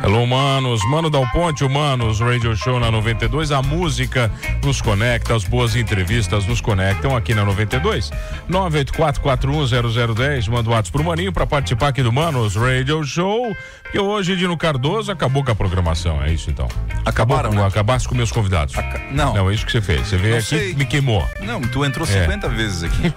Alô, Manos, Mano Dal Ponte, Humanos, Radio Show na 92. A música nos conecta, as boas entrevistas nos conectam aqui na 92. 984410010, manda o WhatsApp pro Maninho para participar aqui do Manos Radio Show. E hoje, Dino Cardoso, acabou com a programação, é isso então? Acabaram, Acabou com, né? Acabaste com meus convidados. Aca- não. Não, é isso que você fez. Você veio Não aqui sei. me queimou. Não, tu entrou É. 50 vezes aqui.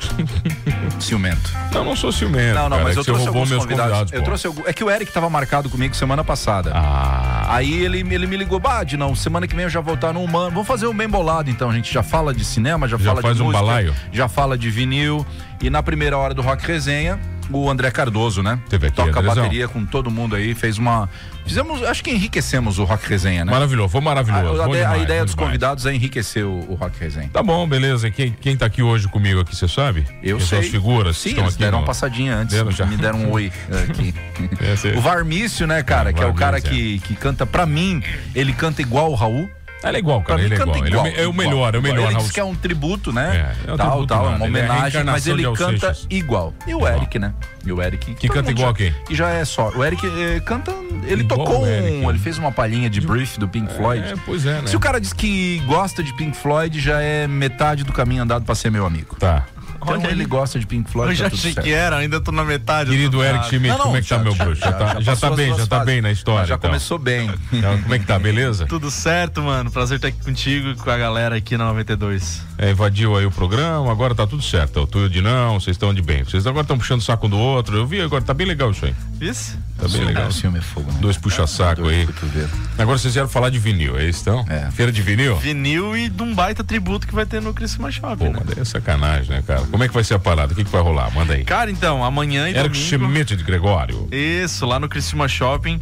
Ciumento. Não, não sou ciumento. Não, não, cara, mas é eu que você trouxe roubou alguns meus convidados. convidados. eu pô. trouxe algum... É que o Eric tava marcado comigo semana passada. Ah. Aí ele, ele me ligou, Bad, não, semana que vem eu já voltar no Humano. Vamos fazer um bem bolado então, gente. Já fala de cinema, já, Já fala faz de um música, balaio. já fala de vinil. E na primeira hora do Rock Resenha, o André Cardoso, né? Teve aqui, Toca Andrezão. bateria com todo mundo aí, fez uma... Fizemos, acho que enriquecemos o Rock Resenha, né? Maravilhoso, foi A, maravilhoso. a- bom a demais, ideia bom dos demais. convidados é enriquecer o, o Rock Resenha. Tá bom, beleza. Quem, quem tá aqui hoje comigo aqui, você sabe? Eu Quem são As sei. figuras que Sim, estão eles aqui. deram no- uma passadinha antes. Deram já. Me deram um oi aqui. É, cê- o Varmício, né, cara? É, que é o cara Varmício, que, que canta, pra mim, ele canta igual o Raul. Ele é igual, Pra cara. mim, Ele é canta igual. Ele é o igual. me- é o melhor, é o Igual. melhor. Ele Raul. disse que é um tributo, né? É, é um tal, tributo tal, é nada. uma Ele é a homenagem, mas reencarnação ele de Alceu canta Seixas. igual. E o Eric, né? E o Eric. Que todo canta mundo igual já- a quem? E já é só. O Eric eh, canta. Ele Igual tocou o Eric, um. né? Ele fez uma palhinha de brief do Pink Floyd. É, pois é, né? Se o cara diz que gosta de Pink Floyd, já é metade do caminho andado pra ser meu amigo. Tá. Então Olha aí. ele gosta de Pink Floyd. Eu tá já tudo achei certo. que era, ainda tô na metade. Querido tô na- Eric Schmidt, Ah, Não, não, como é que tá, já- meu bruxo? Já, tá, já tá passou as bem, duas já tá fases. bem na história. Já então. começou bem. Então, como é que tá, beleza? Tudo certo, mano. Prazer estar aqui contigo e com a galera aqui na 92. É, invadiu aí o programa, agora tá tudo certo. O Tuyo de não, vocês estão de bem. Vocês agora estão puxando o saco um do outro. Eu vi agora, tá bem legal isso aí. Isso? Tá bem legal. O ciúme é fogo, né? Dois puxa-saco aí. cotovelo. Agora vocês vieram falar de vinil, é isso então? É. Feira de vinil? Vinil e de um baita tributo que vai ter no Christmas Shopping, Pô, né? mas daí é sacanagem, né, cara? Como é que vai ser a parada? O que, que vai rolar? Manda aí. Cara, então, amanhã e Eric domingo... Schmidt de Gregório. Isso, lá no Criciúma Shopping.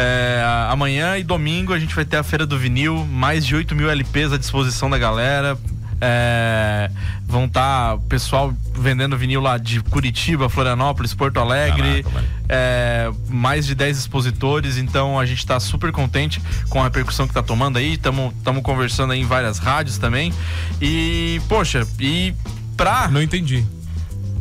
É, amanhã e domingo a gente vai ter a Feira do Vinil, mais de 8 mil LPs à disposição da galera. É, vão estar o pessoal vendendo vinil lá de Curitiba, Florianópolis, Porto Alegre. Caraca, mano. É, mais de 10 expositores, então a gente tá super contente com a repercussão que tá tomando aí. Estamos conversando aí em várias rádios também. E, poxa, e pra. Não entendi.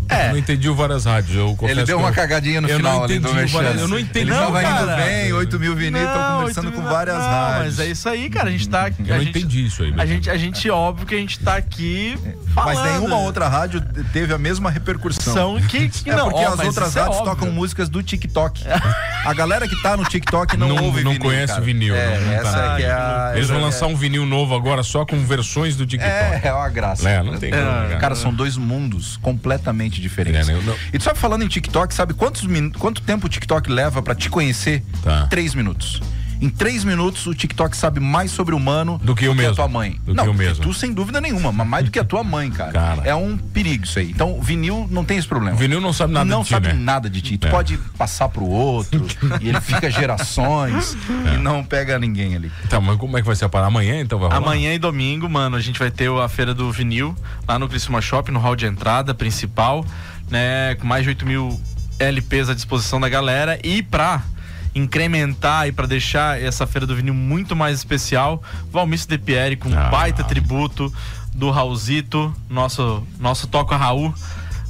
É. Não entendi o várias rádios. Eu confesso Ele deu que uma eu- cagadinha no eu final não ali do entendi, Merchan. Varela, eu não entendi, Ele tava não, indo cara. bem, 8 mil vinil, estão Não, conversando oito com mil- várias não, rádios. Mas é isso aí, cara. A gente tá aqui. Uhum. Eu a não gente- entendi isso aí. A meu. gente, a gente, óbvio que a gente tá aqui falando. Mas nenhuma outra rádio teve a mesma repercussão. São que, que É não. porque ó, as mas outras isso é rádios óbvio. tocam músicas do TikTok. A galera que tá no TikTok não, Não- ouve não vinil, conhece cara. vinil, É, não- não tá essa na é que é rádio. a... Eles vão é- lançar um vinil novo agora só com versões do TikTok. É, é uma graça. Né? Não tem como, cara. Cara, são dois mundos completamente diferentes. É, né? Eu não- E tu sabe, falando em TikTok, sabe quantos min... quanto tempo o TikTok leva pra te conhecer? Tá. Três minutos. Em três minutos, o TikTok sabe mais sobre o humano Do que eu a mesmo. tua mãe. Do não, que eu mesmo. tu sem dúvida nenhuma, mas mais do que a tua mãe, cara. Cara. É um perigo isso aí. Então, vinil não tem esse problema. O vinil não sabe nada não de ti, sabe né? nada de ti. Tu É. pode passar pro outro e ele fica gerações É. e não pega ninguém ali. Tá, mas como é que vai ser a parada? Amanhã então vai rolar? Amanhã e domingo, mano, a gente vai ter a feira do vinil lá no Criciúma Shopping, no hall de entrada principal, né? Com mais de 8 mil LPs à disposição da galera. E pra incrementar e pra deixar essa feira do vinil muito mais especial, Valmício De Pieri com um Ah. baita tributo do Raulzito, nosso, nosso Toca Raul.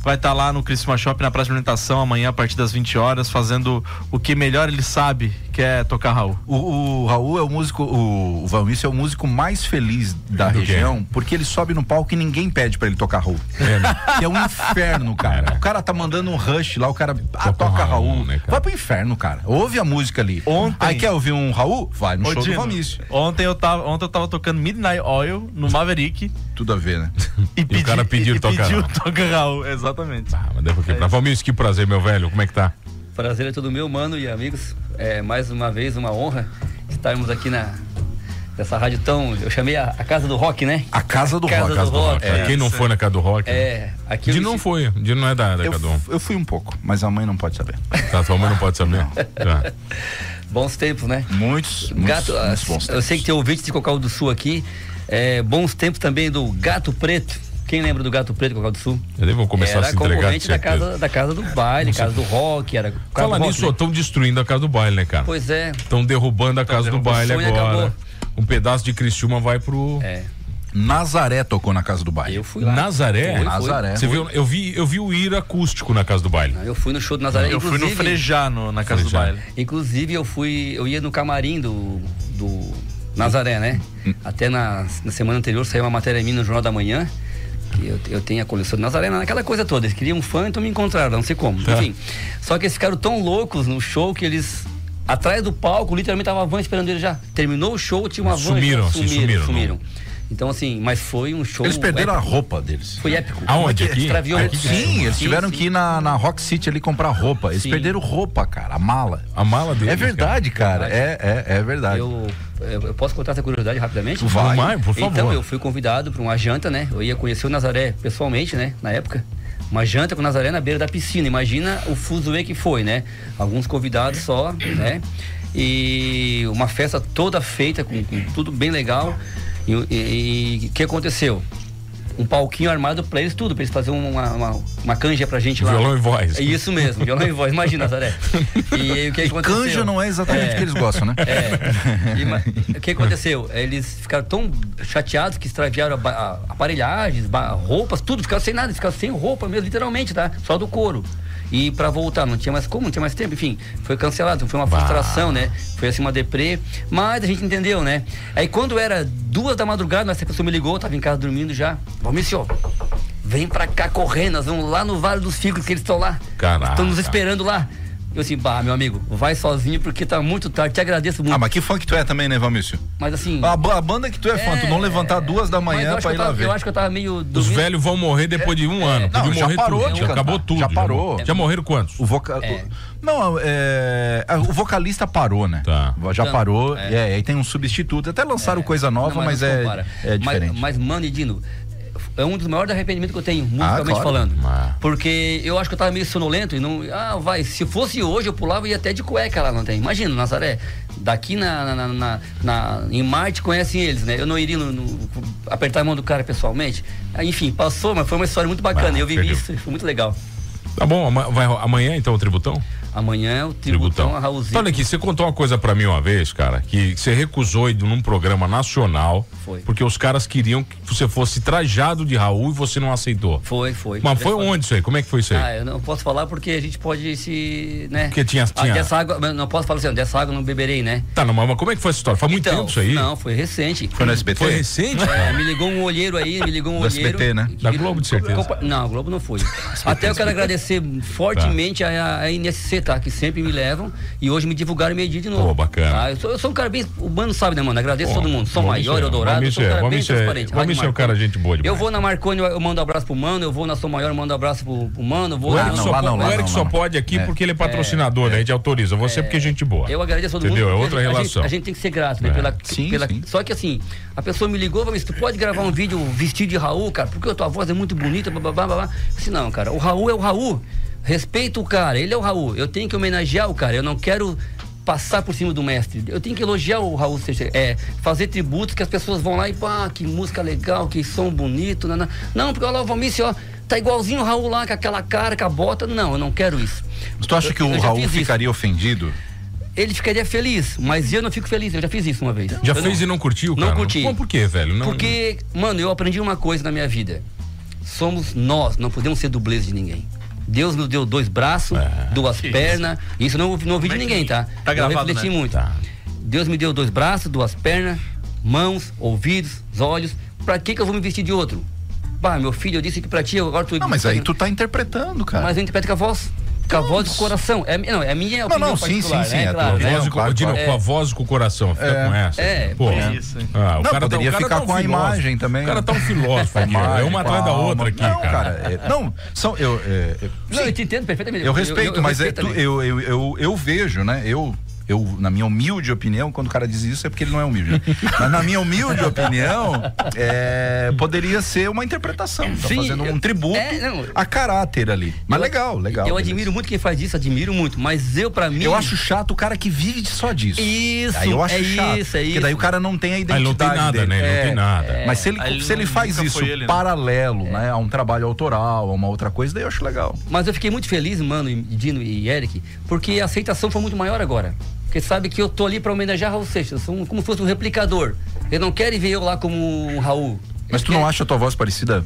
Vai estar lá no Criciúma Shopping na Praça de Alimentação amanhã a partir das 20 horas, fazendo o que melhor ele sabe, que é tocar Raul. O, o Raul é o músico, o, o Valmício é o músico mais feliz da Do quê? região, porque ele sobe no palco e ninguém pede pra ele tocar Raul. É, né? Que é um inferno, cara. O cara tá mandando um rush lá, o cara Toca ah, um toca Raul, Raul. né, cara? Vai pro inferno, cara. Ouve a música ali. Ontem- Aí quer ouvir um Raul? Vai no Ô, show Dino, do Valmício. Ontem eu, tava, ontem eu tava tocando Midnight Oil no Maverick Tudo a ver, né? e, pedi- cara pediu e, e tocar pediu Raul. tocar Raul, exatamente. Ah, mas depois que pra... Valmir, que prazer, meu velho. Como é que tá? Prazer é todo meu, mano e amigos. É mais uma vez uma honra estarmos aqui na nessa rádio tão. Eu chamei a, a casa do rock, né? A Casa do Casa Rock. do Rock, Pra é. Quem não foi na Casa do Rock? É, aqui eu de me não sinto- foi, de não é da, da Eu, Casa do Rock. eu fui um pouco, mas a mãe não pode saber. Tá, tua mãe não pode saber. Tá. bons tempos, né? Muitos, muitos, Gato, muitos bons eu tempos. sei que tem ouvinte de Cocal do Sul aqui. É, bons tempos também do Gato Preto. Quem lembra do Gato Preto de Cocal do Sul? Já daí vão começar era a se entregar. de concorrente da certeza. casa, da casa do baile, casa do rock, era casa Fala do rock, nisso, né? estão destruindo a casa do baile, né, cara? Pois é. Estão derrubando a casa do derrubando. baile O sonho agora. acabou. Um pedaço de Criciúma vai pro. é. Nazaré tocou na casa do baile. Eu fui lá. Nazaré? Foi, foi. Nazaré. Você viu, eu vi, eu vi o ir acústico na casa do baile. Eu fui no show do Nazaré. Eu fui no inclusive- Frejá, no- na casa Frejá. do baile. Inclusive, eu fui. Eu ia no camarim do. do Nazaré, né? Hum. Até na, na semana anterior saiu uma matéria minha no Jornal da Manhã. Que eu, eu tenho a coleção do Nazaré, aquela coisa toda. Eles queriam um fã, então me encontraram, não sei como. Tá. Enfim. Só que eles ficaram tão loucos no show que eles. Atrás do palco, literalmente tava a van esperando ele já. Terminou o show, tinha uma van. Sumiram, sim, sumiram, Então, assim, mas foi um show. Eles perderam a épico. roupa deles. Foi épico. Aonde? Aqui? Extraviou- Aqui? Sim, eles tiveram que ir na, na Rock City ali comprar roupa. Eles É, Sim. perderam roupa, cara, a mala. A mala dele. É verdade, cara. É, é, é verdade. Eu, eu, eu posso contar essa curiosidade rapidamente? Vai. Vai, por favor. Então, eu fui convidado para uma janta, né? Eu ia conhecer o Nazaré pessoalmente, né? Na época. Uma janta com o Nazaré na beira da piscina. Imagina o fuzuê que foi, né? Alguns convidados só, né? E uma festa toda feita, com, com tudo bem legal. E o e- e o que aconteceu? Um palquinho armado para eles tudo, para eles fazerem uma, uma, uma canja pra gente lá. Violão e voz. É Isso mesmo, violão e voz. Imagina, Nazaré. E aí, o que aconteceu? Canja não é exatamente o que eles gostam, né? É. E ma- o que aconteceu? Eles ficaram tão chateados que extraviaram a ba- a- aparelhagens, ba- roupas, tudo, ficaram sem nada, ficaram sem roupa mesmo, literalmente, tá? Só do couro. E pra voltar, não tinha mais como, não tinha mais tempo, enfim, foi cancelado, foi uma frustração, né? Foi assim uma deprê, mas a gente entendeu, né? Aí quando era duas da madrugada, essa pessoa me ligou, eu tava em casa dormindo já. Valmício, vem pra cá correndo, nós vamos lá no Vale dos Figos que eles estão lá. Caraca. Estão nos esperando lá. Eu assim, bah, meu amigo, vai sozinho porque tá muito tarde, te agradeço muito. Ah, mas que fã que tu é também, né, Valmício? Mas assim. A, ba- a banda que tu é, fã, tu não é, levantar duas da mas eu manhã acho pra que ir eu lá tava- Eu ver. acho que eu tava meio. dormindo. Os velhos vão morrer depois de um ano. É. Não, Podiam já morrer parou tudo. de já cantar. acabou tudo. Já parou. Já, morreram quantos? O voca... É. o- Não, é... ah, o vocalista parou, né? Tá. Já Então, parou, é. é, aí tem um substituto. Até lançaram coisa nova, Não, mas, não é, compara. é Mas- diferente. Mas, mano e Dino, é um dos maiores arrependimentos que eu tenho, musicalmente claro. falando. Ah. Porque eu acho que eu tava meio sonolento e não. Ah, vai, se fosse hoje eu pulava e ia até de cueca lá, não tem. Imagina, Nazaré. Daqui na, na- na- na- na- em Marte conhecem eles, né? Eu não iria no- no- apertar a mão do cara pessoalmente. Ah, Enfim, passou, mas foi uma história muito bacana. Ah, eu vivi perdeu. isso, foi muito legal. Tá bom, ama- vai ro- amanhã então o tributão? Amanhã o tributão, a Raulzinho. Olha aqui, você contou uma coisa pra mim uma vez, cara, que você recusou ir num programa nacional. Foi. Porque os caras queriam que você fosse trajado de Raul e você não aceitou. Foi, foi. Mas foi Deixa eu falar. onde isso aí? Como é que foi isso aí? Ah, eu não posso falar porque a gente pode se, né? Porque tinha- Ah, tinha- dessa água, mas não posso falar assim, ó, dessa água eu não beberei, né? Tá, não, mas como é que foi essa história? Faz muito Então, tempo isso aí? Não, foi recente. Foi no SBT? Foi recente? É, me ligou um olheiro aí, me ligou um Do olheiro. SBT, né? Da Globo, de certeza. Copa- Não, a Globo não foi. Até eu quero agradecer fortemente a, a NSC, tá? Que sempre me levam e hoje me divulgaram meio-dia de novo. Pô, bacana. Tá? Eu, sou, eu sou um cara bem. O Mano sabe, né, mano? Agradeço Pô, todo mundo. Sou o maior, Maurício é- Eldorado. eu sou um o cara bem Maurício é- transparente. o Maurício é um cara gente boa demais. Eu vou na Marconi, eu mando abraço pro Mano. Eu vou na Sou Maior, eu mando abraço pro, pro Mano. eu Vou O na- Eric não, só, lá não, po- o lá Eric não, só lá não. pode aqui É. porque ele é patrocinador, né? A gente autoriza. Você porque é gente boa. Eu agradeço a todo Entendeu? mundo. É outra A gente- relação. A gente, tem que ser grato, né? É. Pela, Sim, pela- sim. Só que assim, a pessoa me ligou e falou assim, tu pode gravar um vídeo vestido de Raul, cara? Porque a tua voz é muito bonita, blá, blá, blá, blá, blá. Eu disse, não, cara, o Raul é o Raul. Respeita o cara, ele é o Raul. Eu tenho que homenagear o cara, eu não quero passar por cima do mestre. Eu tenho que elogiar o Raul Seixas, é, fazer tributos que as pessoas vão lá e, pá, que música legal, que som bonito, naná. Não, porque olha lá o Valmício, ó, tá igualzinho o Raul lá, com aquela cara, com a bota. Não, eu não quero isso. Mas tu acha que Eu- o eu já Raul fiz isso ficaria ofendido? ele ficaria feliz, mas eu não fico feliz. Eu já fiz isso uma vez. Já Eu fez e não curtiu, Não cara? curti. Pô, por quê, velho? Não- Porque, mano, eu aprendi uma coisa na minha vida. Somos nós, não podemos ser dublês de ninguém. Deus nos deu dois braços, É. duas pernas. Isso não, não ouvi de Como é que ninguém, tá? tá gravado, Eu refleti né? muito. Tá. Deus me deu dois braços, duas pernas, mãos, ouvidos, olhos. Pra que que eu vou me vestir de outro? Bah, meu filho, eu disse que pra ti, agora tu... Não, mas aí tu tá interpretando, cara. Mas eu interpreto com a voz. Com a voz do coração. É, não, é a minha Não, opinião não, sim, particular, sim, sim, né? é a tua Com a Claro, né? voz e É, com- claro, Dino, claro. com a voz e com o coração, fica com essa. é, Pô, é isso. Ah, o Não, cara poderia tá- o cara ficar tá um com a filósofo. imagem também, O cara né? tá um filósofo aqui. Imagem, É uma atrás da palma. outra aqui, não, cara. é- não, são. Eu, é, eu- Não, sim, eu te entendo perfeitamente. eu respeito, mas é, respeito tu- também. eu, eu, eu, eu vejo, né? Eu. Eu, na minha humilde opinião, quando o cara diz isso é porque ele não é humilde. né? Mas na minha humilde opinião, é, poderia ser uma interpretação. Tá Sim, fazendo um eu- tributo é, não. a caráter ali. Mas Eu- legal, legal. Eu beleza. admiro muito quem faz isso, admiro muito. Mas eu, pra mim. é Eu acho chato o cara que vive de- só disso. Isso, Aí eu acho é chato. isso, é Porque isso. daí o cara não tem a Ah, ele identidade. não tem nada, dele. né? Ele É. Não tem nada. Mas se ele, Aí ele se ele não- faz nunca isso foi ele, né? paralelo, né? A um trabalho autoral, a uma outra coisa, daí eu acho legal. Mas É. eu fiquei muito feliz, mano, e- Dino e Eric, porque a aceitação foi muito maior agora. Porque sabe que eu tô ali pra homenagear Raul Seixas, eu sou um- como se fosse um replicador. Eles não querem ver eu lá como um Raul. Mas tu não acha a tua voz parecida?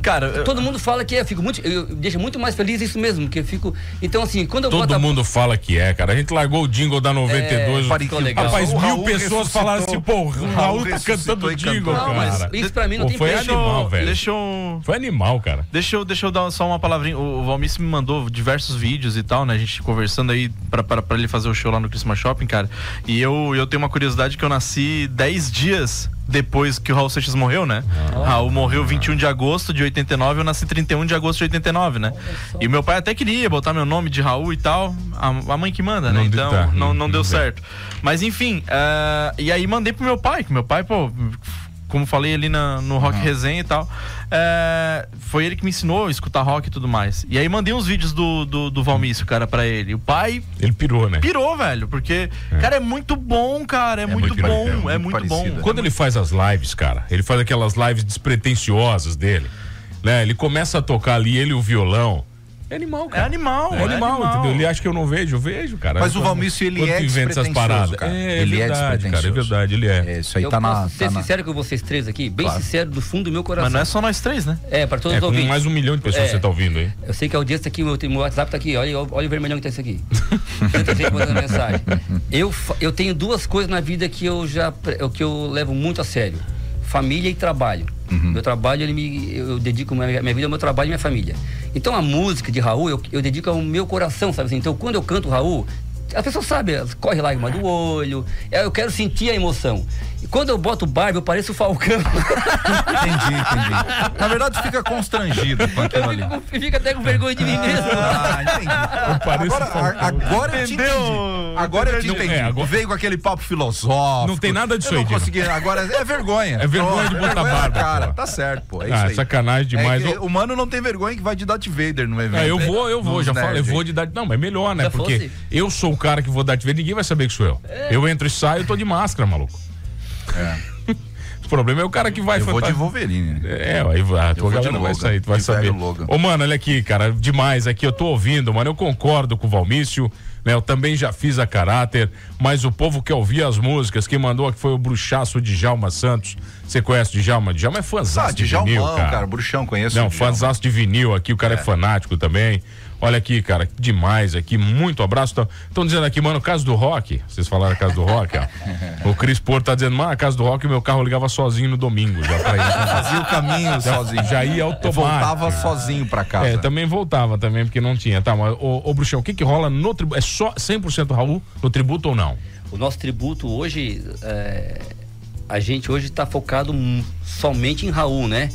Cara, eu- Todo mundo fala que é, eu fico muito, eu, eu deixa muito mais feliz isso mesmo, que eu fico. Então assim, quando eu boto Todo a- mundo fala que é, cara. A gente largou o jingle da 92. É, ficou legal. Rapaz, mil O Raul pessoas ressuscitou. falaram assim, pô, o O Raul Raul tá ressuscitou cantando e jingle, cantou. Não, mas cara. isso pra mim não Pô, tem foi preço. animal, velho. Deixa eu. um- Foi animal, cara. Deixa eu, deixa eu dar só uma palavrinha. O o Valmice me mandou diversos vídeos e tal, né? A gente conversando aí pra, pra, pra ele fazer o show lá no Christmas Shopping, cara. E eu, eu tenho uma curiosidade que eu nasci 10 dias depois que o Raul Seixas morreu, né? Raul morreu 21 de agosto de 89, eu nasci 31 de agosto de 89, né? E meu pai até queria botar meu nome de Raul e tal. A, a mãe que manda, né? Não deu, então, tá. não, não Não deu deu. certo. Mas enfim, ah, e aí mandei pro meu pai, que meu pai, pô, como falei ali na- no Rock Resenha e tal, é, foi ele que me ensinou a escutar rock e tudo mais. E aí mandei uns vídeos do, do, do Valmício, cara, pra ele. O pai Ele pirou, né? pirou, velho, porque, cara, é muito bom, cara, é, muito, muito bom, parecido, é muito muito bom. parecido. Quando ele faz as lives, cara, ele faz aquelas lives despretensiosas dele, né? Ele começa a tocar ali, ele e o violão. É animal, É cara. animal, É animal, entendeu? Ele acha que eu não vejo, eu vejo, cara. Mas o Quando- Valmício, ele quando é tu inventa essas despretensioso, paradas. cara. É, Ele verdade, é cara, é despretensioso. verdade, ele É, é. isso aí eu tá na. posso ser tá na- sincero com vocês três aqui, bem Claro. sincero do fundo do meu coração. Mas não é só nós três, né? É, pra todos É, os com ouvintes. mais um milhão de pessoas É. você tá ouvindo aí. Eu sei que a audiência aqui, meu, meu WhatsApp tá aqui, olha, olha o vermelhão que tá isso aqui. Tanta gente mandando mensagem. Eu, fa- eu tenho duas coisas na vida que eu já pre- eu- que eu levo muito a sério: família e trabalho. Meu trabalho, ele me, eu eu dedico minha, minha vida ao meu trabalho e minha família. Então a música de Raul, eu, eu dedico ao meu coração, sabe assim? Então quando eu canto Raul, as pessoas sabem, elas correm lágrima do olho, é, eu quero sentir a emoção. E quando eu boto barba, eu pareço o Falcão. Entendi, entendi. Na verdade, tu fica constrangido com aquilo Eu ali. fico, com- fico até com vergonha de mim mesmo. Ah, entendi. pareço Agora, Falcão. a- agora eu te Entendeu? entendi. Agora eu te Entendeu? entendi. É, agora- Veio com aquele papo filosófico. Não tem nada disso eu aí, não Dino. consegui. Agora é vergonha. É vergonha Pronto, de botar vergonha na barba, Cara, pô. tá certo, pô. É Ah, isso aí. sacanagem demais. É que Ô- o mano não tem vergonha que vai de Darth Vader no evento. Ah, eu vou, eu vou, Nos já falo, eu nerd. vou de idade. Não, mas é melhor, né? Já Porque fosse. assim? eu sou o cara que vou dar de ver, ninguém vai saber que sou eu. É. Eu entro e saio, eu tô de máscara, maluco. O problema é o cara que vai Eu vou de fanta- Wolverine. né? É, aí vai, a tua vou de galera vai Logan, sair, tu né? vai de saber. velho Logan. Ô, mano, olha aqui, cara, demais aqui, eu tô ouvindo, mano, eu concordo com o Valmício, né, eu também já fiz a caráter, mas o povo que ouvia as músicas, quem mandou aqui foi o bruxaço Djalma Santos, você conhece o Djalma? Djalma é fãzão Ah, de de Jalmão, vinil, cara. cara. Bruxão, conheço. Não, o Djalma. fãzaço de vinil aqui, o cara é. fanático também. Olha aqui, cara, demais aqui, muito abraço. Estão dizendo aqui, mano, Casa do Rock. Vocês falaram Casa do Rock, ó. O Cris Porto tá dizendo, mano, a Casa do Rock, meu carro ligava sozinho no domingo, já pra ir. Fazia o caminho sozinho. já ia Eu automático. voltava sozinho pra casa. É, também voltava também, porque não tinha. Tá, mas, ô, ô Bruxão, o que que rola no tributo? É só 100% Raul no tributo ou não? O nosso tributo hoje, é, a gente hoje está focado hum, somente em Raul, né?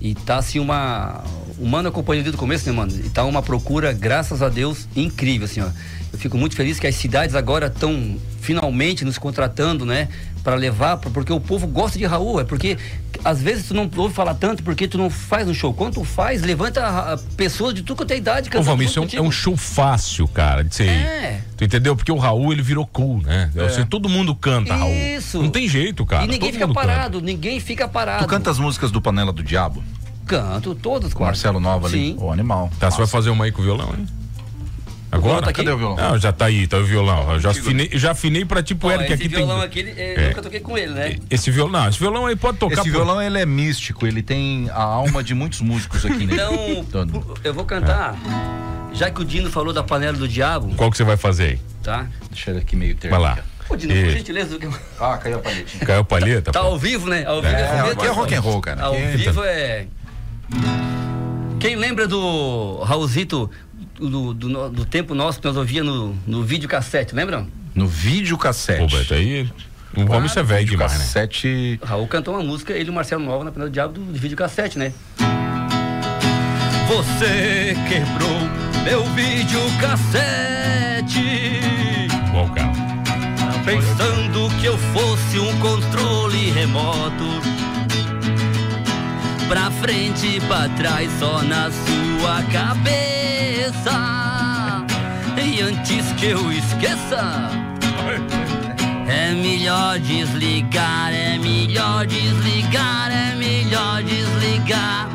E tá assim uma. O Mano acompanhou desde o começo, né, mano? E tá uma procura, graças a Deus, incrível, assim, ó. Eu fico muito feliz que as cidades agora estão finalmente nos contratando, né? Pra levar, pra- porque o povo gosta de Raul, é porque às vezes tu não ouve falar tanto porque tu não faz um show. Quando tu faz, levanta a- a pessoas de tudo tipo. quanto é idade, Ô, cantando Valmir, junto isso é um, contigo. é um show fácil, cara, de ser. É. Tu entendeu? Porque o Raul, ele virou cool, né? Eu sei, todo mundo canta, Raul. Isso. Não tem jeito, cara. E ninguém todo fica mundo canta. parado, ninguém fica parado. Tu canta as músicas do Panela do Diabo? Canto, todas Com o quase. Marcelo Nova ali? Sim. O animal. Tá, você vai fazer uma aí com o violão, hein? Agora? violão tá aqui? Cadê o violão? Não, já tá aí, tá o violão. Eu já afinei, já afinei pra tipo Ó, Eric esse aqui violão tem. aqui, ele, É. é, nunca toquei com ele, né? Esse violão, não, esse violão aí pode tocar. Esse pô. violão ele é místico, ele tem a alma de muitos músicos aqui, né? Então, Todo. É. pu- eu vou cantar. Já que o Dino falou da panela do diabo, Qual que você vai fazer aí? tá? Deixa ele aqui meio termo. Vai lá. aqui, Ô, Dino, por E- gentileza, do que- ó. Ah, caiu a palhetinha. Caiu a palheta? tá pô. ao vivo, né? Ao vivo É, foguete, aqui é né? rock and roll, cara. Ao Aqui é- vivo é. Quem lembra do Raulzito do, do, no- do tempo nosso que nós ouvia no, no vídeo cassete, lembram? No videocassete. Pô, Beto, tá aí. O Valmir é velho demais, né? Videocassete. Raul cantou uma música, ele e o Marcelo Nova na Panela do Diabo do, do videocassete, né? Você quebrou meu videocassete. Bom, cara. Pensando que eu fosse um controle remoto Pra frente e pra trás só na sua cabeça E antes que eu esqueça É melhor desligar, é melhor desligar, é melhor desligar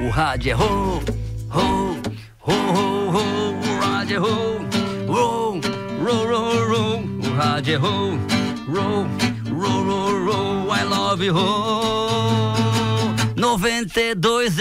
O rádio é ho, ho, ho, ho, ho, o rádio rádio errou, roll, roll, roll, roll, o rádio é errou, roll, roll, roll, roll, I love you, roll, 92 FM.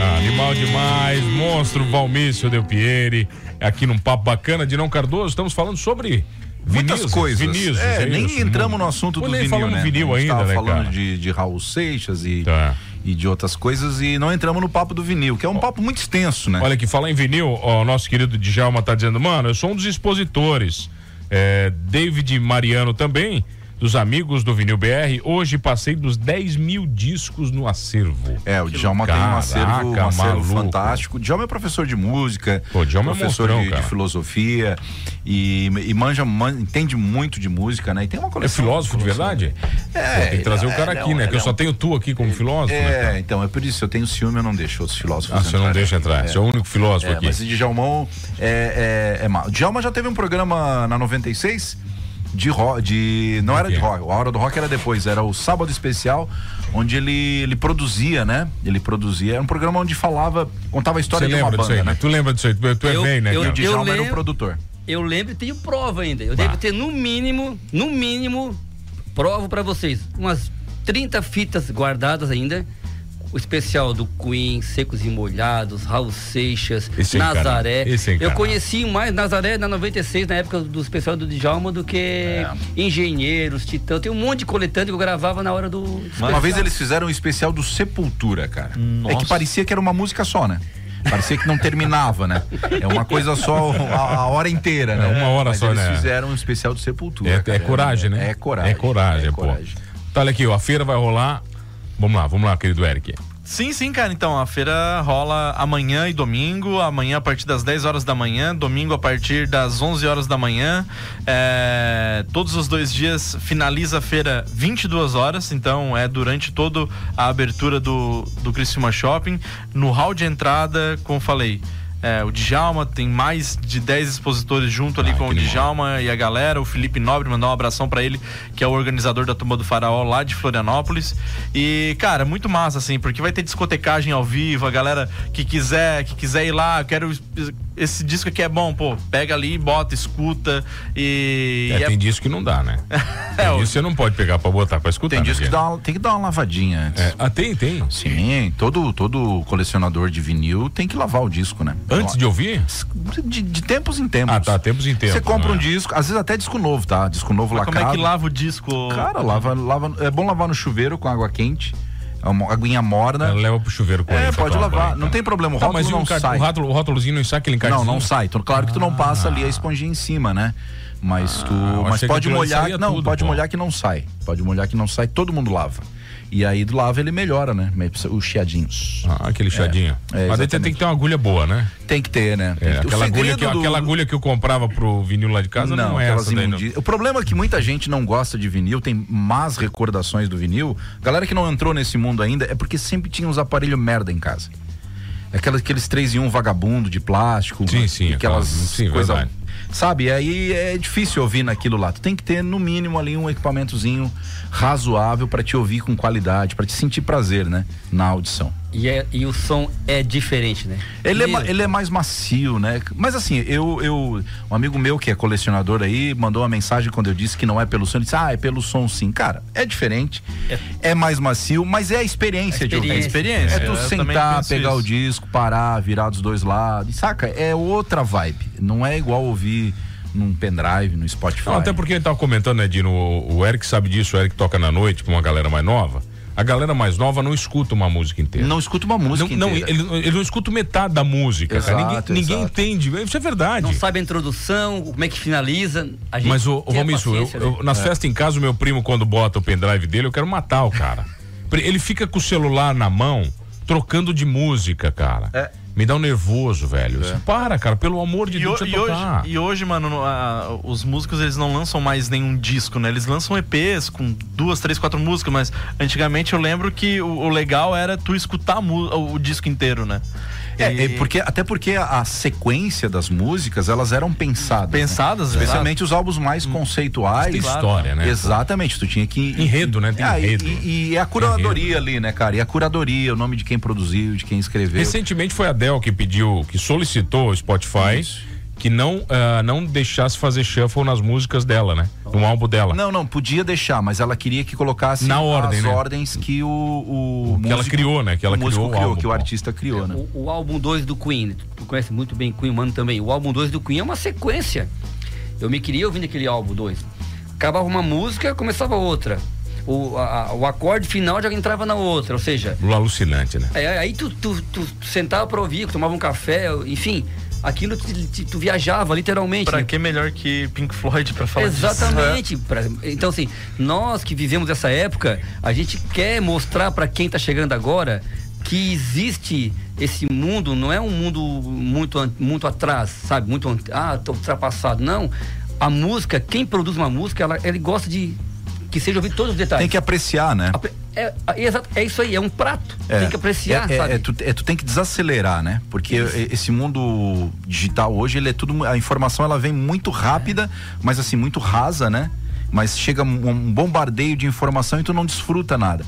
Ah, Animal demais, monstro Valmício Del Pieri, aqui num papo bacana de não Cardoso, estamos falando sobre Muitas Vinícius, coisas. Vinícius, é, nem isso. né? entramos no assunto Pô, do nem vinil, falamos né? vinil A gente ainda, tava né, falando cara? de, de Raul Seixas e, Tá. e de outras coisas e não entramos no papo do vinil, que é um papo muito extenso, né? Olha aqui, falar em vinil, ó, o nosso querido Djalma tá dizendo, mano, eu sou um dos expositores. É, David Mariano também, dos amigos do Vinil BR. Hoje passei dos 10 mil discos no acervo. É, o Djalma tem um Caraca, acervo, um acervo maluco. fantástico. O Djalma é professor de música, Pô, o Djalma é professor monstrão, de, de cara. filosofia e, e manja, man- entende muito de música, né? E tem uma É coleção. filósofo de verdade? É, assim? Pô, tem que trazer ele- o cara é, aqui, não, né? Que ele eu é só um- tenho tu aqui como filósofo, né? É, então, é por isso, eu tenho ciúme, eu não deixo outros filósofos. Ah, você não entrarem. deixa entrar. Você é o único filósofo É, aqui. mas o Djalmão é, é, é mal. O Djalma já teve um programa na 96 de rock, de, não era de quê? rock, a hora do rock era depois, era o sábado especial, onde ele, ele produzia, né? Ele produzia, era um programa onde falava, contava a Você história de uma lembra disso banda, aí, né? né? Tu lembra disso aí? Tu, tu é Eu- bem, né? eu cara? O Djalma Eu era o lembro- produtor. Eu lembro e tenho prova ainda. Eu Bah. devo ter no mínimo, no mínimo, provo pra vocês, umas 30 fitas guardadas ainda. O especial do Queen, Secos e Molhados, Raul Seixas, Esse é encarado. Nazaré. Esse é eu encarado. conheci mais Nazaré na 96, na época do especial do Djalma, do que É. Engenheiros, Titã. Tem um monte de coletâneo que eu gravava na hora do. Uma especial. vez eles fizeram um especial do Sepultura, cara. Hum, É Nossa. que parecia que era uma música só, né? Parecia que não terminava, né? É uma coisa só a, a hora inteira, né? É, uma hora Mas só, eles né? fizeram um especial do Sepultura. É, é cara. coragem, né? É coragem. É coragem, é pô. coragem. Tá, olha aqui, ó, a feira vai rolar. Vamos lá, vamos lá, querido Eric. Sim, sim, cara. Então, a feira rola amanhã e domingo. Amanhã a partir das 10 horas da manhã, domingo a partir das 11 horas da manhã. É, todos os dois dias finaliza a feira 22 horas. Então, é durante toda a abertura do, do Criciúma Shopping. No hall de entrada, como falei, é, o Djalma, tem mais de 10 expositores junto ali Ah, com o que animal. Djalma e a galera. O Felipe Nobre, mandar um abração pra ele, que é o organizador da Tumba do Faraó lá de Florianópolis. E, cara, muito massa, assim, porque vai ter discotecagem ao vivo, a galera que quiser, que quiser ir lá, quero. Esse disco aqui é bom, pô, pega ali, bota, escuta e. É, e é- tem disco que não dá, né? Tem disco que você não pode pegar pra botar, pra escutar. É Tem né, disco que Diego? dá uma- tem que dar uma lavadinha antes. É, ah, tem, tem. Sim, todo, todo colecionador de vinil tem que lavar o disco, né? Então, Antes de ouvir? De, de tempos em tempos. Ah, tá, tempos em tempos, Você compra né? um disco, às vezes até disco novo, tá? Disco novo Mas como lacrado. é que lava o disco? Cara, lava, lava, é bom lavar no chuveiro com água quente, É uma aguinha morna. Leva pro chuveiro com É, ele, pode pra tomar lavar, banho, não tá? tem problema, o Tá, mas rótulo e não um car- sai. o rótulo- o rótulozinho não sai aquele Não, encartezinho? não sai. Então, claro que tu não passa ali a esponjinha em cima, né? Mas Ah. tu, eu mas achei que pode aquilo ali molhar, saía não, tudo, pode pô. molhar que não sai. Pode molhar que não sai, todo mundo lava. E aí do lava ele melhora, né? Os chiadinhos. Ah, aquele chadinho. é, Mas daí tem- tem exatamente. que ter uma agulha boa, né? Tem que ter, né? Tem É, que ter. O aquela, agulha segredo que, do- aquela agulha que eu comprava pro vinil lá de casa não, é aquelas essa daí, não. imundí- O problema é que muita gente não gosta de vinil, tem más recordações do vinil. Galera que não entrou nesse mundo ainda é porque sempre tinha uns aparelhos merda em casa. Aquelas, aqueles três em um vagabundo de plástico. Sim, sim, Aquelas aquelas- sim, coisa- verdade. Sabe, aí é difícil ouvir naquilo lá. Tu tem que ter, no mínimo, ali um equipamentozinho razoável pra te ouvir com qualidade, pra te sentir prazer, né? Na audição. E, é- e o som é diferente, né? Ele é, Meu, ma- ele é mais macio, né? Mas assim, eu, eu. Um amigo meu que é colecionador aí mandou uma mensagem quando eu disse que não é pelo som. Ele disse, ah, é pelo som sim. Cara, é diferente. É, mais macio, mas é a experiência, A de ouvir. experiência. Experiência. É tu eu também sentar, penso pegar o isso. disco, parar, virar dos dois lados. Saca? É outra vibe. Não é igual ouvir num pendrive, no Spotify. Não, até porque ele tava comentando, né, Dino, o, o Eric sabe disso, o Eric toca na noite pra uma galera mais nova. A galera mais nova não escuta uma música inteira. Não escuta uma música. não, não, inteira. ele, ele não escuta metade da música, cara. Ninguém, Exato, ninguém exato. entende. Isso é verdade. Não sabe a introdução, como é que finaliza. A gente Mas o, o tem a Romilson, eu- paciência, né? eu- nas festas em casa, o meu primo, quando bota o pendrive dele, eu quero matar o cara. Pre- Ele fica com o celular na mão, trocando de música, cara. É. Me dá um nervoso, velho. Você Para, cara, pelo amor de E, ho- Deus, deixa e eu hoje, tocar. e hoje, mano, no- a- os músicos eles não lançam mais nenhum disco, né? Eles lançam EPs com duas, três, quatro músicas, mas antigamente eu lembro que o, o legal era tu escutar a mu- o, o disco inteiro, né? É, é porque, até porque a, a sequência das músicas, elas eram pensadas. né? Pensadas, exato. Especialmente os álbuns mais conceituais. Hum. Tem história, né? Exatamente, tu tinha que. Enredo, né? Tem Ah, e- enredo. E, e a curadoria ali, né, cara? E a curadoria, o nome de quem produziu, de quem escreveu. Recentemente foi a Dell que pediu, que solicitou o Spotify que não, ah, não deixasse fazer shuffle nas músicas dela, né? No álbum dela. Não, não, podia deixar, mas ela queria que colocasse Na ordem, as né? ordens que o, o Que ela criou, né? Que ela o músico criou o criou, álbum, É, que o pô. artista criou, né? É, O, o álbum 2 do Queen, tu- tu conhece muito bem Queen, mano, também. O álbum 2 do Queen é uma sequência. Eu me queria ouvindo aquele álbum 2. Acabava uma música, começava outra. O, a- a- o acorde final já entrava na outra, ou seja, Alucinante, né? aí, aí tu, tu, tu sentava pra ouvir, tomava um café, enfim, aquilo te- te- tu viajava literalmente. Pra né? que melhor que Pink Floyd pra falar disso? Exatamente. Pra- então, assim, nós que vivemos essa época, a gente quer mostrar para quem tá chegando agora que existe esse mundo, não é um mundo muito, an- muito atrás, sabe? Muito an- ah, tô ultrapassado. Não. A música, quem produz uma música, ela, ele gosta de que seja ouvido todos os detalhes. Tem que apreciar, né? Apre- É, é, exato, é isso aí, é um prato. Tem que apreciar, é, é, sabe? é, tu, é, tu tem que desacelerar, né? Porque e- esse mundo digital hoje, ele é tudo. mu- A informação ela vem muito rápida, mas assim, muito rasa, né? Mas chega um, um bombardeio de informação e tu não desfruta nada.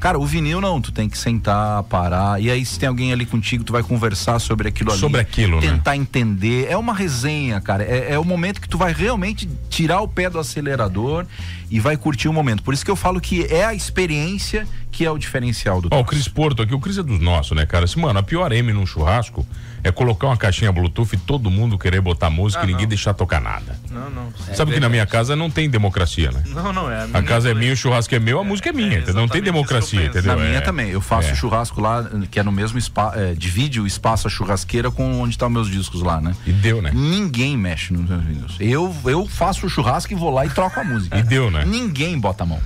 Cara, o vinil não, tu tem que sentar, parar. E aí, se tem alguém ali contigo, tu vai conversar sobre aquilo ali. Sobre aquilo, né? Tentar entender. É uma resenha, cara. É, é o momento que tu vai realmente tirar o pé do acelerador e vai curtir o momento. Por isso que eu falo que é a experiência que é o diferencial do Ó, o Cris Porto aqui, o Cris é dos nossos, né, cara? Assim, mano, a pior M num churrasco é colocar uma caixinha Bluetooth e todo mundo querer botar música Ah, e ninguém deixar tocar nada. Não, não. Sabe que na minha casa não tem democracia, né? Não, não é. A casa é minha, o churrasco é meu, a música é minha, entendeu? Não tem exatamente isso que eu democracia, penso. entendeu? Na minha É. também. Eu faço É. churrasco lá, que é no mesmo espaço. divide o espaço a churrasqueira com onde estão meus discos lá, né? E deu, né? Ninguém mexe nos meus vinils. Eu, eu faço o churrasco e vou lá e troco a música. E deu, né? Ninguém bota a mão.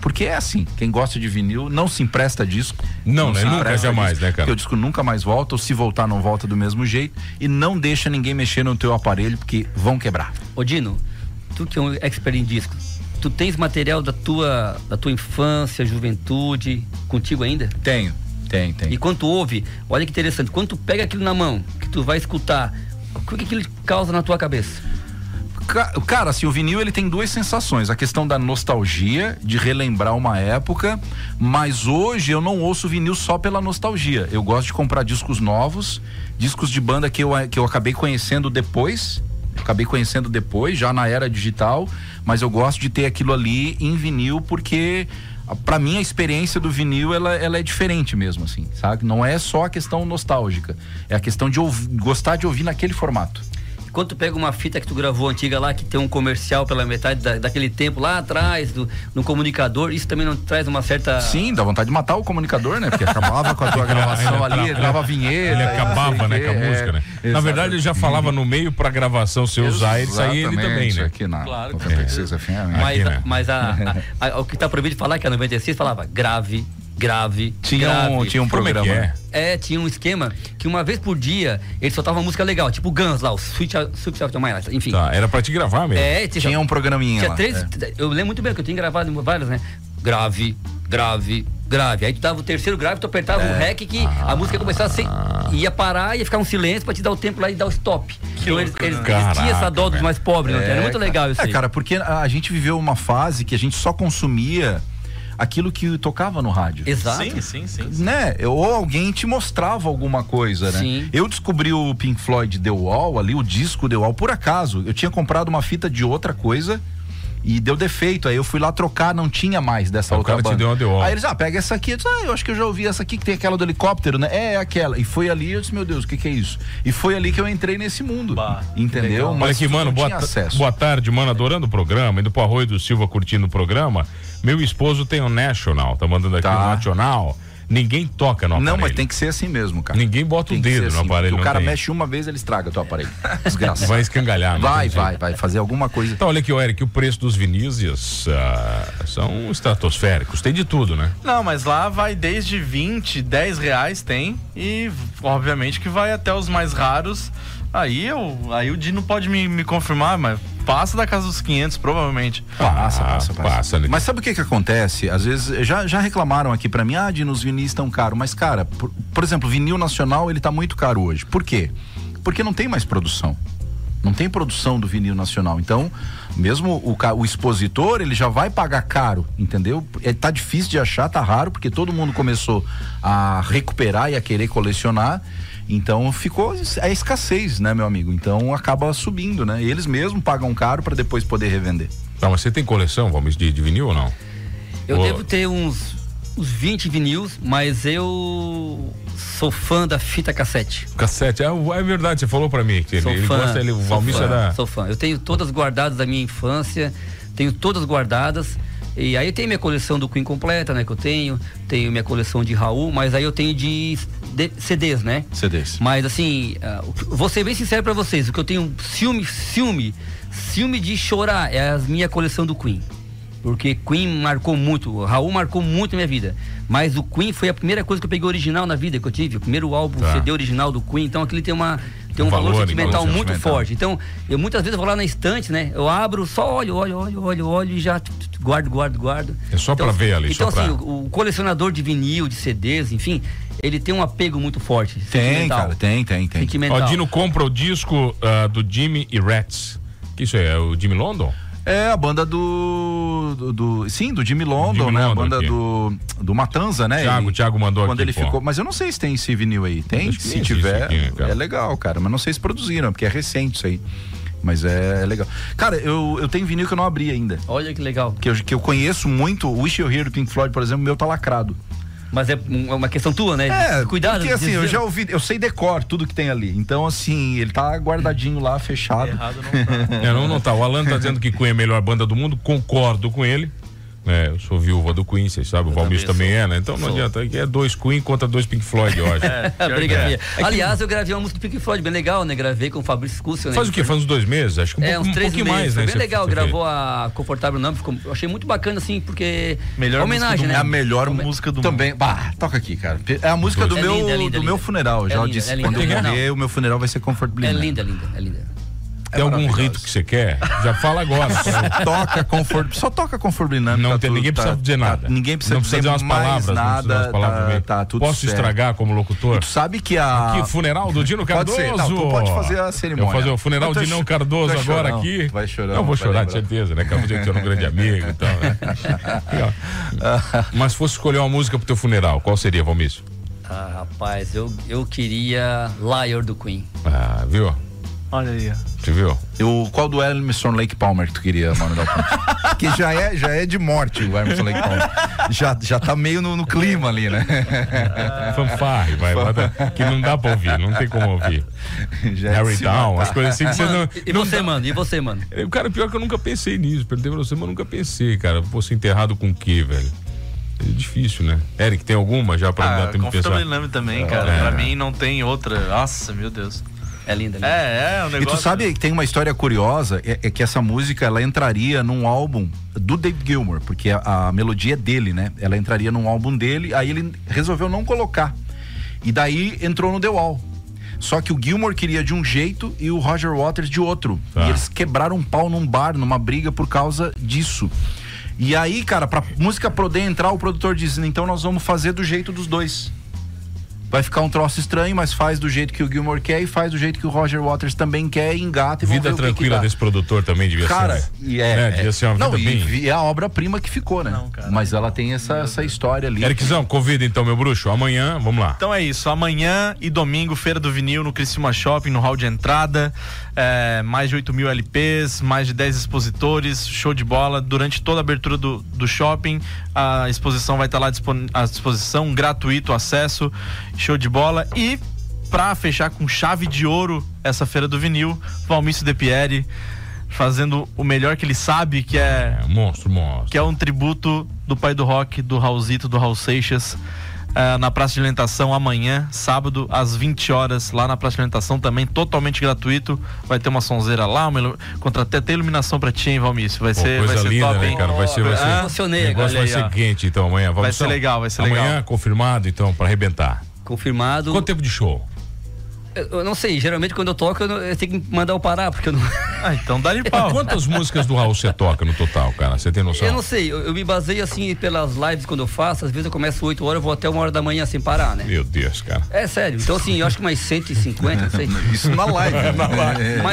Porque é assim, quem gosta de vinil não se empresta disco. Não, né? se Nunca, empresta jamais, disco, né, cara? Porque o disco nunca mais volta, ou se voltar, não volta do mesmo jeito. E não deixa ninguém mexer no teu aparelho, porque vão quebrar. Ô Dino, tu que é um expert em discos, tu tens material da tua, da tua infância, juventude, contigo ainda? Tenho, tem, tem. E quando tu ouve, olha que interessante, quando tu pega aquilo na mão, que tu vai escutar, o que que aquilo causa na tua cabeça? Ca- Cara, assim, o vinil ele tem duas sensações. A questão da nostalgia, de relembrar uma época, mas hoje eu não ouço vinil só pela nostalgia. Eu gosto de comprar discos novos, discos de banda que eu, eh, que eu acabei conhecendo depois. Acabei conhecendo depois, já na era digital, mas eu gosto de ter aquilo ali em vinil porque a- pra mim a experiência do vinil ela, ela é diferente mesmo assim, sabe? Não é só a questão nostálgica, é a questão de ouvi- gostar de ouvir naquele formato. E Quando tu pega uma fita que tu gravou antiga lá, que tem um comercial pela metade da- daquele tempo lá atrás, do, no comunicador, isso também não traz uma certa... Sim, dá vontade de matar o comunicador, né? Porque acabava com a tua gravação Ele ali, acaba- grava a vinheta. Ele acabava, né, e com a não sei o quê, música, é. né? Na verdade, ele já falava no meio pra gravação, se eu usar ele, sair ele também, Exatamente, né? Aqui na Claro. 96 FM. Mas, Aqui, né? mas a- a- a- o que tá proibido de falar, que a 96 falava grave, grave, Tinha grave. um, tinha um Como é que programa. é? É, tinha um esquema que uma vez por dia ele soltava uma música legal, tipo Guns lá, o Switch, Switch After My Life, enfim. Tá, era pra te gravar mesmo. É, tinha, Tinha um programinha tinha lá. três. é. Eu lembro muito bem que eu tinha gravado várias, né? Grave, grave, grave. Aí tu dava o terceiro grave, tu apertava É. o rec que a música ia começar a ser, Ah. ia parar, ia ficar um silêncio pra te dar o tempo lá e dar o stop. então eles, eles, eles tinham essa dó dos velho. mais pobres, né? Era muito legal isso né? É, aí. cara, porque a gente viveu uma fase que a gente só consumia aquilo que tocava no rádio. Exato. Sim, sim, sim. né? Ou alguém te mostrava alguma coisa, né? Sim. Eu descobri o Pink Floyd The Wall ali, o disco The Wall, por acaso. Eu tinha comprado uma fita de outra coisa e deu defeito. Aí eu fui lá trocar, não tinha mais dessa Ah, o outra cara te banda. deu uma The Wall. Aí eles, ah, pega essa aqui. Eu disse, ah, eu acho que eu já ouvi essa aqui, que tem aquela do helicóptero, né? É, é aquela. E foi ali, eu disse, meu Deus, o que que é isso? E foi ali que eu entrei nesse mundo, Bah, entendeu? legal. Olha aqui, eu mano, não boa, tinha ta- acesso. boa tarde, mano, adorando o programa, indo pro Arroio do Silva curtindo o programa. Meu esposo tem o National, tá mandando aqui Tá. o Nacional. Ninguém toca no aparelho. Não, mas tem que ser assim mesmo, cara. Ninguém bota o Tem que dedo ser assim, no aparelho, não porque O cara tem. mexe uma vez, ele estraga teu aparelho. Desgraça. Vai escangalhar. não Vai, tem jeito. vai, vai fazer alguma coisa. Então, olha aqui, ó, Eric, o preço dos vinícius ah, são estratosféricos. Tem de tudo, né? Não, mas lá vai desde 20, 10 reais tem. E obviamente que vai até os mais raros. Aí eu. Aí o Dino pode me, me confirmar, mas passa da casa dos 500, provavelmente. Passa, passa, passa. né? Mas sabe o que que acontece? Às vezes, já, já reclamaram aqui pra mim, ah, Dino, os vinis estão caros. Mas, cara, por, por exemplo, vinil nacional, ele tá muito caro hoje. Por quê? Porque não tem mais produção. Não tem produção do vinil nacional. Então, mesmo o, ca- o expositor, ele já vai pagar caro, entendeu? É, tá difícil de achar, tá raro, porque todo mundo começou a recuperar e a querer colecionar. Então ficou es- a escassez, né, meu amigo? Então acaba subindo, né? Eles mesmos pagam caro pra depois poder revender. Tá, mas você tem coleção, Valmir, de, de vinil ou não? Eu Ô. devo ter uns, uns 20 vinils, mas eu sou fã da fita cassete. Cassete, é, é verdade, você falou pra mim que ele, Sou ele fã, gosta, ele, o sou Valmir fã, é da. Sou fã. Eu tenho todas guardadas da minha infância, tenho todas guardadas. E aí tem minha coleção do Queen completa, né, que eu tenho, tenho minha coleção de Raul, mas aí eu tenho de, de CDs, né? CDs. Mas assim, ah, o que- vou ser bem sincero pra vocês, o que eu tenho ciúme, ciúme, ciúme de chorar é a minha coleção do Queen. Porque Queen marcou muito, o Raul marcou muito a minha vida. Mas o Queen foi a primeira coisa que eu peguei original na vida que eu tive, o primeiro álbum Tá. CD original do Queen, então aquilo tem uma tem um, Um valor, valor, sentimental valor muito sentimental. forte. Então, eu muitas vezes vou lá na estante, né? Eu abro, só olho, olho, olho, olho, olho e já tu, tu, tu, guardo, guardo, guardo. É só pra ver ali, Então, só pra- assim, o, o colecionador de vinil, de CDs, enfim, ele tem um apego muito forte. Tem, sentimental. cara, tem, tem, tem. Ó, Sentimental. Dino compra o disco ah, do Jimmy e Rats. Que isso aí, é o Jimmy London? É, a banda do. do, do- sim, do Jimmy London, Jimmy né? London a banda aqui. do, do Matanza, né? Thiago, Ele- Thiago mandou Quando aqui, ele pô. ficou. Mas eu não sei se tem esse vinil aí. Tem? Acho que Se existe tiver, aqui, né, cara. é legal, cara. Mas não sei se produziram, porque é recente isso aí. Mas é legal. Cara, eu, eu tenho vinil que eu não abri ainda. Olha que legal. Que eu, que eu conheço muito. Wish You Here do Pink Floyd, por exemplo, o meu tá lacrado. Mas é um- é uma questão tua, né? É, Cuidado. Porque assim, eu dizer- já ouvi, eu sei decor tudo que tem ali. Então, assim, ele tá guardadinho lá, fechado. Errado não tá. É, não, não tá. O Alan tá dizendo que Queen é a melhor banda do mundo, concordo com ele. né? eu sou viúva do Queen, vocês sabem, o Valmir também, também é, né? Então não adianta, é dois Queen contra dois Pink Floyd, eu acho. Ah, briga É. feia. Aliás, eu gravei uma música do Pink Floyd, bem legal, né? Gravei com o Fabrício Cúcio, né? Faz o quê? Faz uns dois meses? Acho que um, É, pouco, uns um três pouquinho mais, meses. Foi né? bem Você- legal, você gravou a Confortável Não, ficou, eu achei muito bacana, assim, porque. Melhor é homenagem, É né? a melhor Come- música do mundo. Também. Bah, toca aqui, cara. É a música do É meu, linda, é linda, do meu linda. funeral. É já linda, disse, é linda. quando eu Não. morrer, o meu funeral vai ser Comfort Blue. É né? linda, linda, é linda. Tem algum maravilhosa. rito que você quer? Já fala agora. toca Comfort, só toca Comfort Dynamic. Não tá tem, tudo- ninguém tá- precisa dizer tá- nada. ninguém precisa, não precisa dizer umas palavras, mais não precisa nada. dizer umas palavras tá, mesmo. tá tudo Posso certo. estragar como E locutor? tu sabe que a Aqui, funeral do Dino Ah. Pode Cardoso. ser. Não, tu pode fazer a cerimônia. Eu vou fazer o funeral Eu tô de Não cho- Cardoso tô agora chorão. aqui. Vai chorão, Não vou vai chorar, de lembrar. certeza, né? Acabou de dizer que eu era um grande amigo e tal. Né? Mas se fosse escolher uma música pro teu funeral, qual seria, Valmício? Ah, rapaz, eu, eu queria Liar do Queen. Ah, viu? Olha aí. ó. Você viu? o qual do Emerson Lake Palmer que tu queria, mano, da Ponte? que já é, já é de morte o Emerson Lake Palmer. Já, já tá meio no, no clima ali, né? É. Fanfarre, vai. bota- Que não dá pra ouvir, não tem como ouvir. Já é Harry de se matar. Down, as coisas assim que você não. E você, mano? E você, mano? Eu, Cara, pior que eu nunca pensei nisso. Perguntei pra você, mas eu nunca pensei, cara. Vou ser enterrado com o quê, velho? É difícil, né? Eric, tem alguma já pra não Ah, dar tempo de pensar? Comfortable Love também, cara. É. Pra mim não tem outra. Nossa, meu Deus. É linda, linda. É, é um E negócio. tu sabe que tem uma história curiosa, é, é que essa música ela entraria num álbum do David Gilmour, porque a, a melodia é dele, né? Ela entraria num álbum dele, aí ele resolveu não colocar. E daí entrou no The Wall. Só que o Gilmour queria de um jeito e o Roger Waters de outro. Tá. E eles quebraram um pau num bar, numa briga por causa disso. E aí, cara, pra música poder entrar, o produtor diz: então nós vamos fazer do jeito dos dois. Vai ficar um troço estranho, mas faz do jeito que o Gilmore quer e faz do jeito que o Roger Waters também quer e engata e vamos Vida ver o que que tranquila dá. desse produtor também devia Cara, ser. né? e é, Né? Devia ser uma não, vida e bem. vi- é a obra-prima que ficou, né? Não, cara. mas ela tem essa, essa história ali. Ericzão, convida então, meu bruxo. Amanhã, vamos lá. Então é isso. Amanhã e domingo, Feira do Vinil no Criciúma Shopping, no hall de entrada. É, mais de 8 mil LPs, mais de 10 expositores, show de bola. Durante toda a abertura do, do shopping, a exposição vai estar lá dispon- à disposição, gratuito acesso, show de bola. E pra fechar com chave de ouro essa Feira do Vinil, Valmício De Pieri fazendo o melhor que ele sabe, que é É, monstro, monstro. que é um tributo do pai do rock, do Raulzito, do Raul Seixas, eh, na Praça de Alimentação amanhã, sábado, às 20 horas, lá na Praça de Alimentação, também totalmente gratuito. Vai ter uma sonzeira lá, uma ilu... contra até ter iluminação pra ti, hein, Valmício? Vai Pô, ser, coisa vai ser linda, top, né, hein? cara? Vai ser, vai ser. Eu Ah, O emocionei negócio agora. vai olha aí, ser ó. quente então amanhã. Vamos Vai ser então? legal, vai ser amanhã, legal. confirmado então, pra arrebentar. Confirmado. Quanto tempo de show? Eu, eu não sei, geralmente quando eu toco, eu, não- eu tenho que mandar eu parar, porque eu não. Ah, então dá-lhe É, pau. Quantas músicas do Raul você toca no total, cara? Você tem noção? Eu não sei, eu, eu me baseio assim pelas lives quando eu faço, às vezes eu começo 8 horas, eu vou até uma hora da manhã sem parar, né? Meu Deus, cara. É sério, então assim, eu acho que umas 150, não sei. Isso na live. né? É. Mas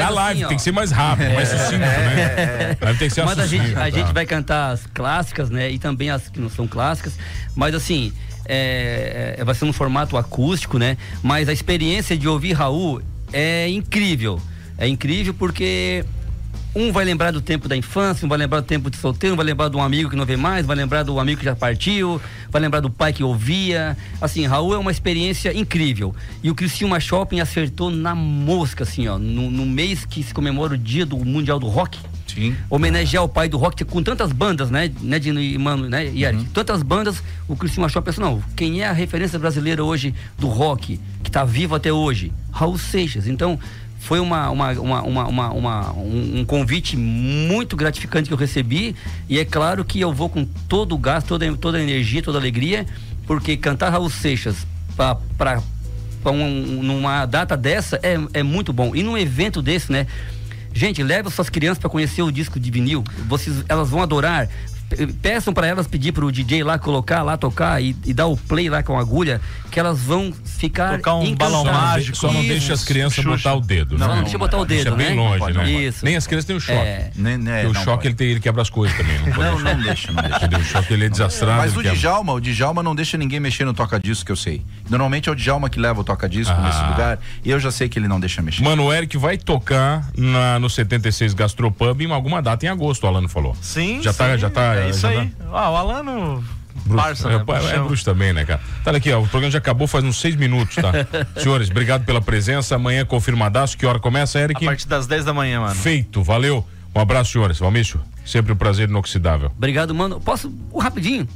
Na assim, live ó. tem que ser mais rápido, mais sucinto, né? Live Tem que ser Mas a sucinto, gente, a tá? gente vai cantar as clássicas, né? E também as que não são clássicas. Mas assim, é, é- vai ser um formato acústico, né? Mas a experiência de ouvir Raul é incrível. É incrível porque um vai lembrar do tempo da infância, um vai lembrar do tempo de solteiro, um vai lembrar de um amigo que não vê mais, vai lembrar do amigo que já partiu, vai lembrar do pai que ouvia. Assim, Raul é uma experiência incrível. E o Criciúma Shopping acertou na mosca, assim, ó. No, no mês que se comemora o dia do Mundial do Rock Sim. homenagear o pai do rock com tantas bandas, né, né Dino e Mano, né, e Eric? Tantas bandas, o Cristiano Shopping pensou, não, quem é a referência brasileira hoje do rock, que está vivo até hoje? Raul Seixas. Então, foi uma, uma, uma, uma, uma- uma- um, um convite muito gratificante que eu recebi, e é claro que eu vou com todo o gás, toda, toda a energia, toda a alegria, porque cantar Raul Seixas para um, numa data dessa é, é muito bom. E num evento desse, né? Gente, leve suas crianças para conhecer o disco de vinil. Vocês, elas vão adorar. Pe- Peçam para elas pedir pro DJ lá colocar, lá tocar e, e dar o play lá com a agulha, que elas vão ficar Tocar um Só não balão de- encantadas. mágico, Só não Isso. deixa as crianças Xuxa. botar o dedo. Só né? não deixa botar o Isso dedo, é bem né? longe, Pode, né? não. Isso. Nem as crianças têm o choque. É. Né, né, Porque o não choque pode. ele, tem, ele quebra as coisas também. Não, pode Não, né? deixar. não deixa, não deixa. Entendeu? O choque ele é desastrado. Mas ele o quebra. Djalma, o Djalma não deixa ninguém mexer no toca-disco que eu sei. Normalmente é o Djalma que leva o toca-disco Ah. nesse lugar. E eu já sei que ele não deixa mexer. Mano, o Eric vai tocar na, no 76 Gastropub em alguma data em agosto, o Alano falou. Sim, Já tá, sim, já tá. É isso já aí. tá- Ah, o Alano. Bruxo. Parça, é, né? pa- é Bruxão. bruxo também, né, cara? Tá olha aqui, ó. O programa já acabou faz uns seis minutos, tá? Senhores, obrigado pela presença. Amanhã é confirmadaço. Que hora começa, A Eric? partir das 10 da manhã, mano. Feito, valeu. Um abraço, senhores. Valmício, sempre um prazer inoxidável. Obrigado, mano. Posso, uh, rapidinho.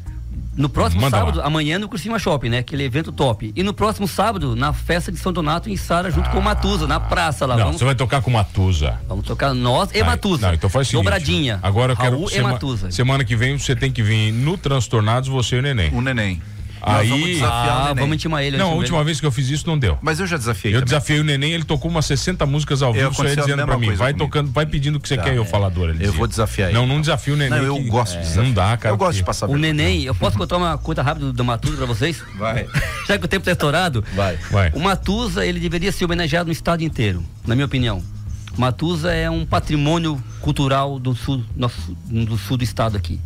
No próximo Manda sábado, lá. amanhã no Criciúma Shopping, né? Aquele evento top. E no próximo sábado, na festa de São Donato em Sara, junto com o Matusa, na praça lá. Não, Vamos, você vai tocar com Matusa. vamos tocar nós e Aí, Matusa. Não, então faz o seguinte. Dobradinha. Agora eu quero. Raul sema- e Matusa. Semana que vem você tem que vir no Transtornados, você e o Neném. O neném. Aí- Nós vamos desafiar o Ah, neném. vamos intimar ele. Não, a antes última mesmo. vez que eu fiz isso não deu. Mas eu já desafiei. Eu também. desafiei o Neném, ele tocou umas 60 músicas ao vivo, só ele aconteceu a dizendo pra mesma mim. coisa Vai comigo. Tá, é. tocando, vai pedindo o que você quer, eu falador. Ele Eu dizia. vou desafiar ele. Não, não desafio o Neném. é. Não, eu que- é. gosto de desafiar. Não dá, cara. Eu gosto de que- passar O vergonha. neném, eu posso contar uma conta rápida do- do Matusa pra vocês? Vai. Já que o tempo tá estourado. Vai. Vai. O Matusa, ele deveria ser homenageado no estado inteiro, na minha opinião. O Matusa é um patrimônio cultural do sul, nosso- do sul do estado aqui.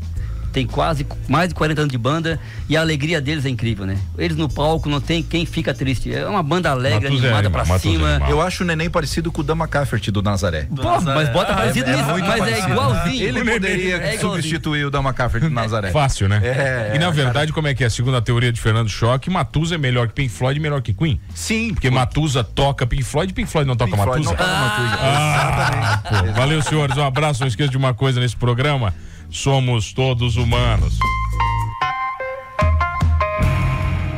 Tem quase mais de 40 anos de banda e a alegria deles é incrível, né? Eles no palco não tem quem fica triste. É uma banda alegre, Matuza é animada animal, pra Matuza é cima. animal. Eu acho o neném parecido com o Dama Caffert do Nazaré. Pô, é. mas bota parecido nisso, mas é igualzinho. Ele poderia É igualzinho. substituir o Dama Caffert do Nazaré. Fácil, né? É, e na é, verdade, como é que é? Segundo a teoria de Fernando Schock, Matusa é melhor que Pink Floyd e melhor que Queen. Sim, Porque Matusa toca Pink Floyd e Pink Floyd não toca Pink Floyd Matusa. não toca Matusa. Ah, pô. Valeu, senhores. Um abraço. Não esqueça de uma coisa nesse programa. Somos todos humanos.